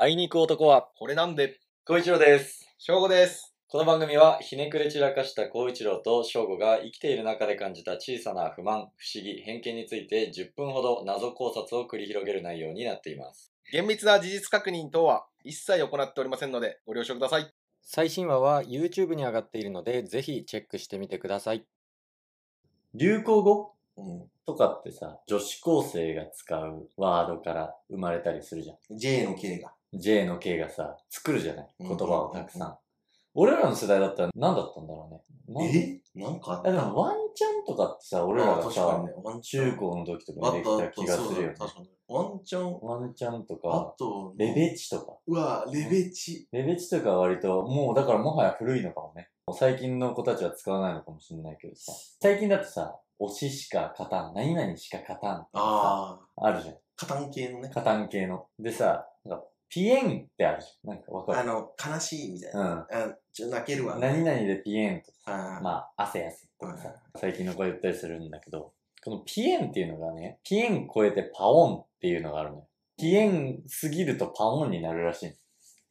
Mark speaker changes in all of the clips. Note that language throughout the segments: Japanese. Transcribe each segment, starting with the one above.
Speaker 1: あいに行く男は、
Speaker 2: これなんで、
Speaker 1: 孝一郎です。
Speaker 2: 正午です。
Speaker 1: この番組は、ひねくれ散らかした孝一郎と正吾が生きている中で感じた小さな不満、不思議、偏見について10分ほど謎考察を繰り広げる内容になっています。
Speaker 2: 厳密な事実確認等は一切行っておりませんので、ご了承ください。
Speaker 1: 最新話は YouTube に上がっているので、ぜひチェックしてみてください。流行語とかってさ、女子高生が使うワードから生まれたりするじゃん。
Speaker 3: J の K が。
Speaker 1: J の K がさ、作るじゃない
Speaker 3: うん
Speaker 1: 言葉をたくさん。俺らの世代だったら何だったんだろうね。なん
Speaker 3: えなんかあっ
Speaker 1: え
Speaker 3: た
Speaker 1: でもワンチャンとかってさ、俺ら
Speaker 3: あ
Speaker 1: が
Speaker 3: 確か
Speaker 1: さ、
Speaker 3: にね。ワンチャン
Speaker 1: 中高の時と
Speaker 3: あ
Speaker 1: か
Speaker 3: っ
Speaker 1: にで
Speaker 3: た
Speaker 1: き
Speaker 3: あ
Speaker 1: た
Speaker 3: った、
Speaker 1: 気が
Speaker 3: そ
Speaker 1: する
Speaker 3: うだ
Speaker 1: よ
Speaker 3: ね
Speaker 1: ね。。
Speaker 3: 確かに。ワンチャン、
Speaker 1: ワンチャンと
Speaker 3: あ
Speaker 1: か、
Speaker 3: と、
Speaker 1: レベチとか。
Speaker 3: うわ、レベチ。
Speaker 1: レベチとかは割と、もうだからもはや古いのかもね。最近の子たちは使わないのかもしれないけどさ。最近だとさ、推ししか勝たん、何々しか勝たんとかさ
Speaker 3: ああ、
Speaker 1: あるじゃん。
Speaker 3: 加担系のね。
Speaker 1: 加担系の。でさ、なんかピエンってあるじゃん。なんかわか
Speaker 3: あ
Speaker 1: る。
Speaker 3: の、悲しいみたいな。
Speaker 1: うん。
Speaker 3: あちょっと泣けるわ。
Speaker 1: 何々でピエンとかさ、
Speaker 3: あー
Speaker 1: まあ、汗汗とかさ、最近の子は言ったりするんだけど、このピエンっていうのがね、ピエン超えてパオンっていうのがあるのよ。ピエンすぎるとパオンになるらしい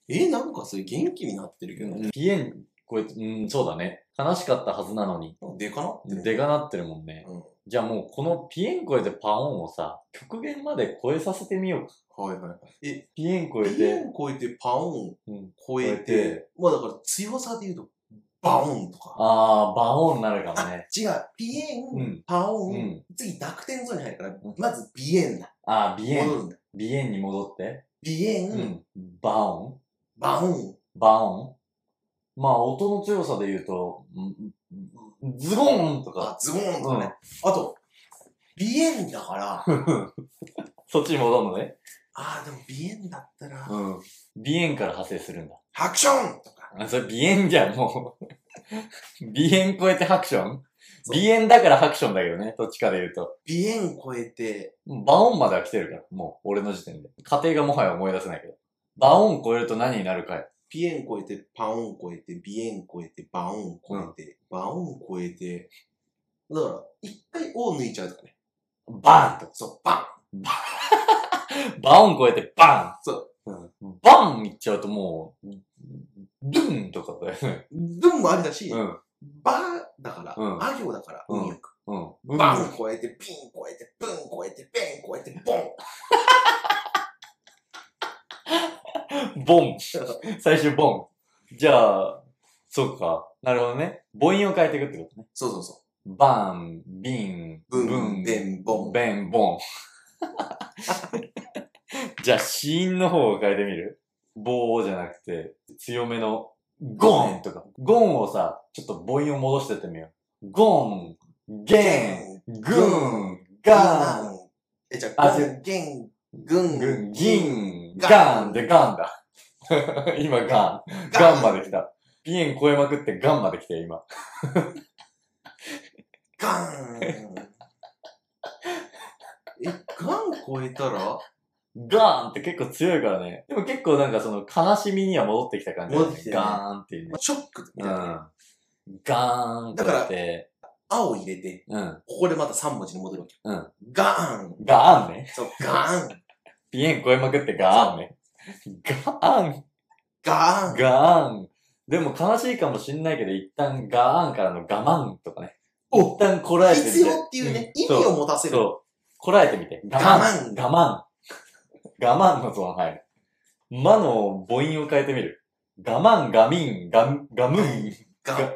Speaker 3: え、なんかそれ元気になってるけど、
Speaker 1: の。ピエン超えて、うん、そうだね。悲しかったはずなのに、
Speaker 3: なんかでかなってる。
Speaker 1: でかなってるもんね。
Speaker 3: うん。
Speaker 1: じゃあもうこのピエン超えてパオンをさ、極限まで超えさせてみようか。
Speaker 3: はいはいはい。え、
Speaker 1: ピエン超え
Speaker 3: ピエ
Speaker 1: て、
Speaker 3: ン超えてパオン
Speaker 1: うん、
Speaker 3: 超え
Speaker 1: 超えて
Speaker 3: て、まあだから強さで言うと、バオンとか。
Speaker 1: あー、バオンになるかもね。
Speaker 3: 違う、ピエ
Speaker 1: う
Speaker 3: ン、
Speaker 1: ん。
Speaker 3: パオ
Speaker 1: う
Speaker 3: ン、
Speaker 1: ん。
Speaker 3: 次濁点ゾーンに入るから
Speaker 1: ん、
Speaker 3: まずビエンだ。
Speaker 1: あー、ビエ
Speaker 3: 戻る
Speaker 1: ン。
Speaker 3: んだ。
Speaker 1: ビエンに戻って。
Speaker 3: ビエン、
Speaker 1: うん。バオン。
Speaker 3: バオン、
Speaker 1: バオンまあ、音の強さで言うと、んんズゴーンと
Speaker 3: あ
Speaker 1: か、、
Speaker 3: ズボーンとかね。あと、ビエンだから、
Speaker 1: そっちに戻るのね。
Speaker 3: ああ、でもビエンだったら、
Speaker 1: うん。鼻炎から派生するんだ。
Speaker 3: ハクションとか、
Speaker 1: あ、それ鼻炎じゃん、もう。 鼻炎超えてハクション
Speaker 3: そう
Speaker 1: 鼻炎だからハクションだけどね、どっちかで言うと。
Speaker 3: ビエン超えて、
Speaker 1: バオンまでは来てるから、もう、俺の時点で。家庭がもはや思い出せないけど。バオン超えると何になるかよ。
Speaker 3: ピエン超えて、パオン超えて、ビエン超えて、バオン超えて、バオン超えて、だから、一回 O 抜いちゃうとかね。
Speaker 1: バーン
Speaker 3: そう、バ
Speaker 1: と。バオン超えてバ
Speaker 3: そう
Speaker 1: ーンうん。バーンいっちゃうともう、ドゥンとかだよね。
Speaker 3: ンドゥンもありだし、
Speaker 1: うん。
Speaker 3: バーだから、
Speaker 1: うん
Speaker 3: あ行だから、
Speaker 1: うん
Speaker 3: 運よく。
Speaker 1: うん。
Speaker 3: バン超えて、ピン超えて、ブン超えて、ベン超えて、ボン
Speaker 1: ボン。最終ボン。じゃあ、そうか。なるほどね。母音を変えていくってことね。
Speaker 3: そうそうそ
Speaker 1: バン、ビン、
Speaker 3: う。ブン、ベ
Speaker 1: ン、
Speaker 3: ン、ボン。
Speaker 1: ベン、ボン。 じゃあ、子音の方を変えてみる棒じゃなくて、強めの、ゴーンとか。ゴーンをさ、ちょっと母音を戻してってみよう。ゴーン、ゲン、グーン、ガーン、
Speaker 3: ン。え、じゃ
Speaker 1: あ
Speaker 3: あ、
Speaker 1: 違
Speaker 3: ゴ
Speaker 1: う
Speaker 3: ン、ゲン、グ
Speaker 1: グン、
Speaker 3: ン、
Speaker 1: ギン、ガーンでガンだ。 今ガン。ガンまで来た。ピエン超えまくってガンまで来て、今。
Speaker 3: ガン。え、ガン超えたら
Speaker 1: ガーンって結構強いからね。でも結構なんかその悲しみには戻ってきた感じだね
Speaker 3: 戻ってきてね
Speaker 1: ガーンっていうね。
Speaker 3: ショックみ
Speaker 1: う
Speaker 3: たいなね。
Speaker 1: ん。ガーンってやって、
Speaker 3: 青入れて、
Speaker 1: うん。
Speaker 3: ここでまた3文字に戻るわけ。
Speaker 1: うん。
Speaker 3: ガン。
Speaker 1: ガーンね。
Speaker 3: そう、ガン。
Speaker 1: ピエン超えまくってガーンね。ガーン、
Speaker 3: ガン。
Speaker 1: ガーン。でも悲しいかもしんないけど、一旦ガーンからの我慢とかね。
Speaker 3: お
Speaker 1: 一旦こらえてみて。
Speaker 3: 必要っていうね、
Speaker 1: ん
Speaker 3: 意味を持たせる。
Speaker 1: そう。こらえてみて。我
Speaker 3: 慢
Speaker 1: 慢。我慢。我慢のゾーン入る。魔の母音を変えてみる。我慢、我民、我、我むん、
Speaker 3: ガ、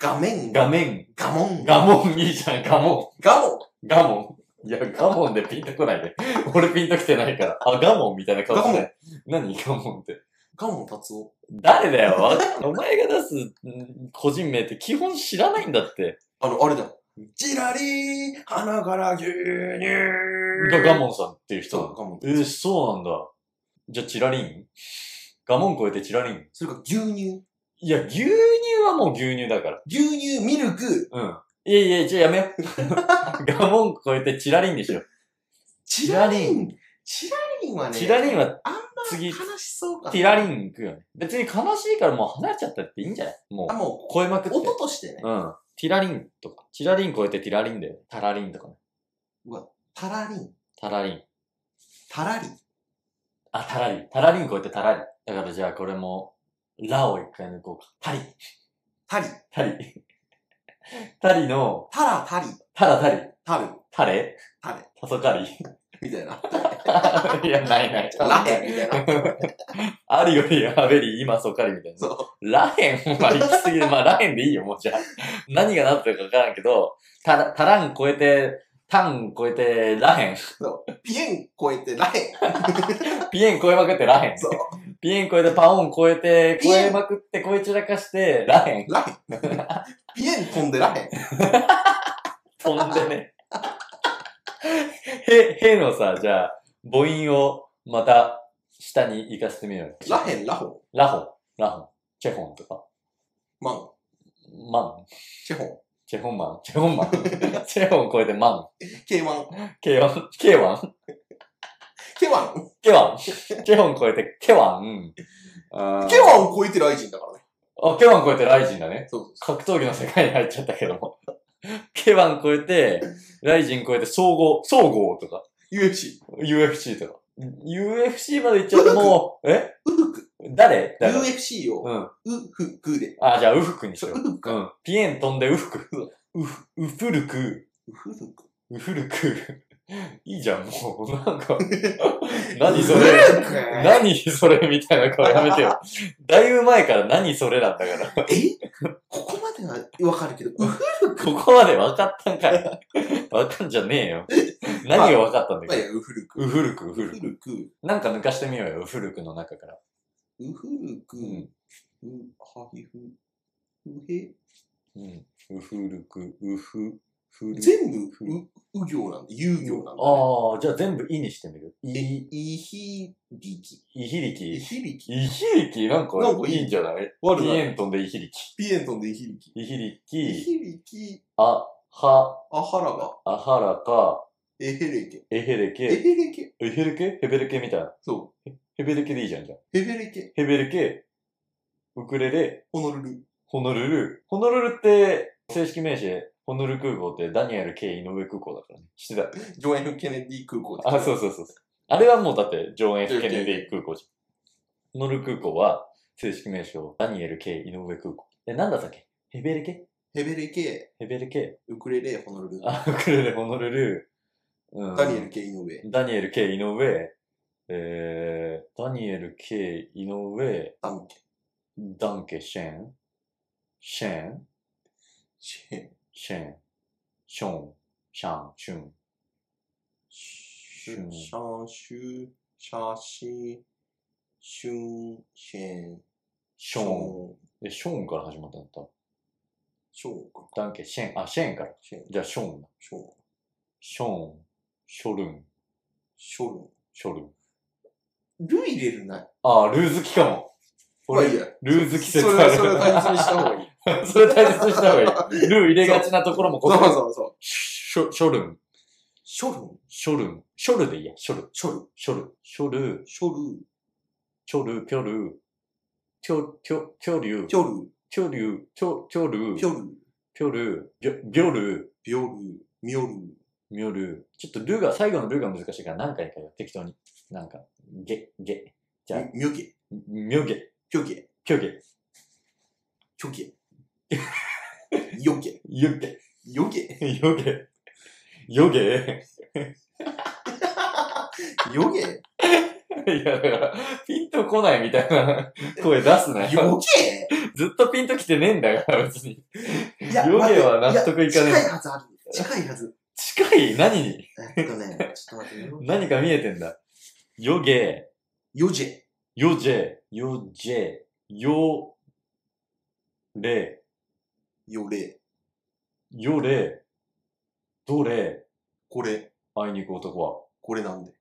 Speaker 3: 画面。
Speaker 1: 我面、
Speaker 3: ガモン。
Speaker 1: 我もんいいじゃん、我も
Speaker 3: ガモン。
Speaker 1: ん。我もん。いや、我もんでピンとこないで。俺ピンと来てないから。あ、我もんみたいな顔してない。何我もんって。
Speaker 3: ガモン達夫。
Speaker 1: 誰だよ、わかんお前が出すん個人名って基本知らないんだって。
Speaker 3: あの、あれだよ。ジラリー、花から牛乳。
Speaker 1: が、我もんさんっていう人
Speaker 3: そ
Speaker 1: な
Speaker 3: う、
Speaker 1: の。
Speaker 3: ガモン。
Speaker 1: えー、そうなんだ。じゃあ、チラリン我もん超えてチラリン
Speaker 3: それから牛乳。
Speaker 1: いや、牛乳はもう牛乳だから。
Speaker 3: 牛乳、ミルク、
Speaker 1: うん。いやいや、じゃあやめよう。ガモン超えてチラリンでしょ。
Speaker 3: チ
Speaker 1: ラ
Speaker 3: ラ
Speaker 1: リ
Speaker 3: リ
Speaker 1: ン
Speaker 3: ン。チラリンはね、
Speaker 1: チラリンは
Speaker 3: あんま
Speaker 1: 次
Speaker 3: 悲しそうか。
Speaker 1: ティラリン行くよね。別に悲しいからもう離れちゃったっていいんじゃないも
Speaker 3: あ、
Speaker 1: う、
Speaker 3: も
Speaker 1: 超えまくっ
Speaker 3: う、
Speaker 1: て。
Speaker 3: 音としてね。
Speaker 1: うん。ティラリンとか。チラリン超えてティラリンだよ。タラリンとかね。
Speaker 3: うわ、タラリン、
Speaker 1: タラリン。
Speaker 3: タラリン。
Speaker 1: あ、タラリ。タラリンコってタラリ。だからじゃあこれも、ラを一回抜こうか。タリ。
Speaker 3: タリ、
Speaker 1: タリ。タリの、
Speaker 3: タラタリ、
Speaker 1: タラタリ。
Speaker 3: タル、
Speaker 1: タレ
Speaker 3: タレ、
Speaker 1: タソカリ。
Speaker 3: みたいな。
Speaker 1: いや、ないない。
Speaker 3: ラヘンみたいな。
Speaker 1: あるよりアベリー、今ソカリみたいな。
Speaker 3: そ
Speaker 1: ラヘンは行き過ぎで、まあラヘンでいいよ、もうじゃあ。何がなってるかわからんけど、タラ、タラン超えて、タン超えて、ラヘン。
Speaker 3: う。ピエン超えてラヘン。
Speaker 1: ピエン超えまくってラヘン。
Speaker 3: そう。
Speaker 1: ピエン超えて、パオン超えて、
Speaker 3: ピ
Speaker 1: 超
Speaker 3: エン
Speaker 1: えまくって、超え散らかして、ラヘン。
Speaker 3: ラヘン。ピエン飛んでラヘン。
Speaker 1: 飛んでね。へ、へのさ、じゃあ、母音をまた下に行かせてみようよ。
Speaker 3: ラヘン、ラホ
Speaker 1: ラホン、ラホン、チェホンとか、
Speaker 3: ン、マン、
Speaker 1: マン、
Speaker 3: チェホン、
Speaker 1: チェホンマン、チェホンマン、 チェホン超えてマン、
Speaker 3: ケイワン、
Speaker 1: K1、K1、
Speaker 3: ケワン。
Speaker 1: K1、チェホン超えてケワン。あー
Speaker 3: ケワンを超えてライジンだからね。
Speaker 1: あ、ケワン超えてライジンだね。
Speaker 3: そうそうそ
Speaker 1: 格闘技の世界に入っちゃったけども。ケワン超えて、ライジン超えて総合、総合とか、
Speaker 3: う。UFC。
Speaker 1: UFC とか。UFC まで行っちゃうともう、え
Speaker 3: ウフク。
Speaker 1: 誰だから
Speaker 3: UFC を
Speaker 1: うん。
Speaker 3: ウフクで。
Speaker 1: あ、じゃあ、ウフクにしよう。
Speaker 3: ウフク
Speaker 1: う
Speaker 3: か。
Speaker 1: ん。ピエン飛んでウフク。ウフ、ウフルク。
Speaker 3: ウフルク。
Speaker 1: ウフルク。いいじゃん、もう。なんか。何そ
Speaker 3: ウ
Speaker 1: れ。
Speaker 3: フルク
Speaker 1: 何それみたいな顔やめてよ。だいぶ前から何それなんだ から。
Speaker 3: えここまではわかるけど、ウフ
Speaker 1: ここまで分かったんかい。分かんじゃねえよ。何が分かったんだ
Speaker 3: まあい
Speaker 1: けど。
Speaker 3: や、ウフルク。
Speaker 1: ウフルク、ウフ
Speaker 3: ウ
Speaker 1: ル
Speaker 3: フ
Speaker 1: ク。
Speaker 3: ルク。
Speaker 1: なんか抜かしてみようよ、ウフルクの中から。
Speaker 3: ウフルク。
Speaker 1: うん。
Speaker 3: ウハヒフ。ウヘ。
Speaker 1: うん。ウフルク、ウフ、フルク。
Speaker 3: 全部、う、う行なんで、遊行なんで。
Speaker 1: ああ、じゃあ全部イにしてみる。
Speaker 3: い
Speaker 1: イ、、
Speaker 3: いひびき。
Speaker 1: イヒリキ
Speaker 3: い。ひびき。
Speaker 1: イヒリキなんか
Speaker 3: なんかいい
Speaker 1: いいんじゃない
Speaker 3: 悪
Speaker 1: ピ
Speaker 3: ない
Speaker 1: エントンでイヒリキ。
Speaker 3: ピエントンでいひびき。
Speaker 1: イヒリ
Speaker 3: い
Speaker 1: キ、
Speaker 3: ひびき。
Speaker 1: ア、ハ、
Speaker 3: アハラが。
Speaker 1: アハラカ、
Speaker 3: エヘレケ。
Speaker 1: エヘレ
Speaker 3: エ
Speaker 1: ケ、
Speaker 3: ヘレケ。
Speaker 1: エヘレケヘベレケみたいな。
Speaker 3: そ
Speaker 1: ヘベレケでいいじゃんじゃん。
Speaker 3: う。ヘヘレケ。
Speaker 1: ヘベレケ、ウクレレ、
Speaker 3: ホノルル。
Speaker 1: ホノルル。ホノルルって、正式名詞、ホノルル空港ってダニエル K 井上空港だからね。知ってた。
Speaker 3: ジョエフ・ケネディ空港。
Speaker 1: あ、そううそうそうそう。あれはもうだって、ジョン・ F ・ケネディ空港じゃん。ノル空港は、正式名称、ダニエル・ K ・井上空港。え、なんだったっけヘベレケ
Speaker 3: ヘベレケ、
Speaker 1: ヘベレケ
Speaker 3: ウクレレ、ホノルル。
Speaker 1: あ、ウクレレ・ホノルル。うん
Speaker 3: ダニエル・。ケイノウェイ。
Speaker 1: ダニエル・ K ・井上。えー、ダニエル・ K ・井上、
Speaker 3: タムケ。
Speaker 1: ダンケ・シェン。シェン
Speaker 3: シェン。
Speaker 1: シェン。ション。シャン。シュン。
Speaker 3: シュン。シャン、シュン、シャシ、シュン、シェン、
Speaker 1: ション。。え、ショーンから始まったんだった。
Speaker 3: ションか。
Speaker 1: ダンケ・シェン。あ、シェンから。
Speaker 3: シェン、
Speaker 1: じゃあ、ショーン。
Speaker 3: ション、
Speaker 1: ショーン、ショルン、
Speaker 3: ショル
Speaker 1: ショルン。
Speaker 3: ン。ル入れるない。
Speaker 1: ああ、ルー好きかも。
Speaker 3: まあいい
Speaker 1: 俺、
Speaker 3: や。
Speaker 1: ルー好き説
Speaker 3: それ
Speaker 1: あ
Speaker 3: は、
Speaker 1: る。
Speaker 3: それは大切にした方がいい。
Speaker 1: それ大切にした方がいい。ルー入れがちなところも
Speaker 3: そ
Speaker 1: こ
Speaker 3: う
Speaker 1: こ
Speaker 3: そうそう。
Speaker 1: ショショルン、
Speaker 3: ショルン、
Speaker 1: ショルン、ショルでいいや、ショル、
Speaker 3: ショルン、
Speaker 1: ショル、ショル、
Speaker 3: ショルン、
Speaker 1: チョル、ピョル、キョ、キョ、キョリュ、
Speaker 3: ピョルン、
Speaker 1: キョリュ、キョ、キョル、
Speaker 3: ピョルン、
Speaker 1: ピョル、ビョ、ビョル、
Speaker 3: ビョルン、ミョルン、
Speaker 1: ミョル。ちょっとルーが、最後のルーが難しいから何回かよ、適当に。なんか、ゲ、ゲ、じゃあ、
Speaker 3: ミョゲ、
Speaker 1: ミョゲ、
Speaker 3: ピョゲ、
Speaker 1: キョゲ、
Speaker 3: ピョゲ。ヨゲ、
Speaker 1: ユッゲ。
Speaker 3: ヨゲ、
Speaker 1: ヨゲ。ヨゲ。
Speaker 3: ヨゲ、
Speaker 1: いや、だから、ピンとこないみたいな 声出すな よ。
Speaker 3: ヨゲ
Speaker 1: ずっとピンときてねえんだから、別に。
Speaker 3: い
Speaker 1: ヨゲは納得いかねえ
Speaker 3: や近いはずある。近いはず。
Speaker 1: 近い何に
Speaker 3: えっとね、ちょっと待ってよ。
Speaker 1: 何か見えてんだ。ヨゲ、
Speaker 3: ヨジェ、
Speaker 1: ヨジェ、ヨジェ、ヨ、レ、
Speaker 3: ヨレ、
Speaker 1: ヨレ、ドレ、
Speaker 3: これ、
Speaker 1: あいに行く男は。
Speaker 3: これなんで。